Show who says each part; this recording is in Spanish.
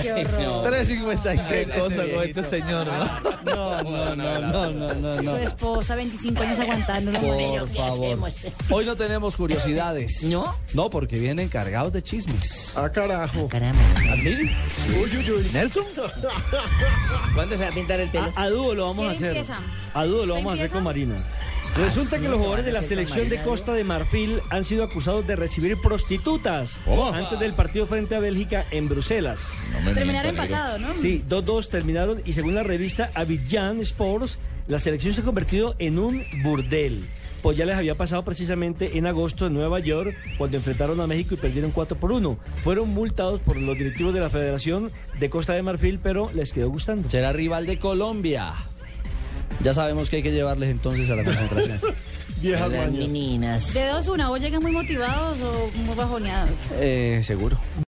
Speaker 1: Qué horror.
Speaker 2: 3.56 cosas con este
Speaker 3: viejito.
Speaker 2: señor, ¿no?
Speaker 3: No, no, no, no, no, no,
Speaker 1: Su
Speaker 3: no.
Speaker 1: esposa, 25 años aguantándolo.
Speaker 2: Por favor.
Speaker 1: pues,
Speaker 2: Hoy no tenemos curiosidades.
Speaker 3: ¿No?
Speaker 2: No, porque vienen cargados de chismes.
Speaker 4: Ah, carajo.
Speaker 2: ¿Así?
Speaker 4: Uy, uy, uy.
Speaker 2: ¿Nelson?
Speaker 3: ¿Cuándo se va a pintar el pelo?
Speaker 5: A, a dúo lo vamos a
Speaker 1: ¿Quién
Speaker 5: hacer.
Speaker 1: empieza?
Speaker 5: A dúo lo
Speaker 1: ¿Usted
Speaker 5: vamos a hacer
Speaker 1: empieza?
Speaker 5: con Marina. Resulta que los jugadores de la selección de Costa de Marfil han sido acusados de recibir prostitutas antes del partido frente a Bélgica en Bruselas.
Speaker 1: Terminaron empatado, ¿no?
Speaker 5: Sí, 2-2 terminaron y según la revista Abidjan Sports, la selección se ha convertido en un burdel. Pues ya les había pasado precisamente en agosto en Nueva York, cuando enfrentaron a México y perdieron 4 por 1. Fueron multados por los directivos de la Federación de Costa de Marfil, pero les quedó gustando.
Speaker 2: Será rival de Colombia. Ya sabemos que hay que llevarles entonces a la concentración.
Speaker 4: Viejas
Speaker 3: Las
Speaker 4: mañas.
Speaker 3: meninas.
Speaker 1: De dos, una. O llegan muy motivados o muy bajoneados.
Speaker 2: eh, seguro.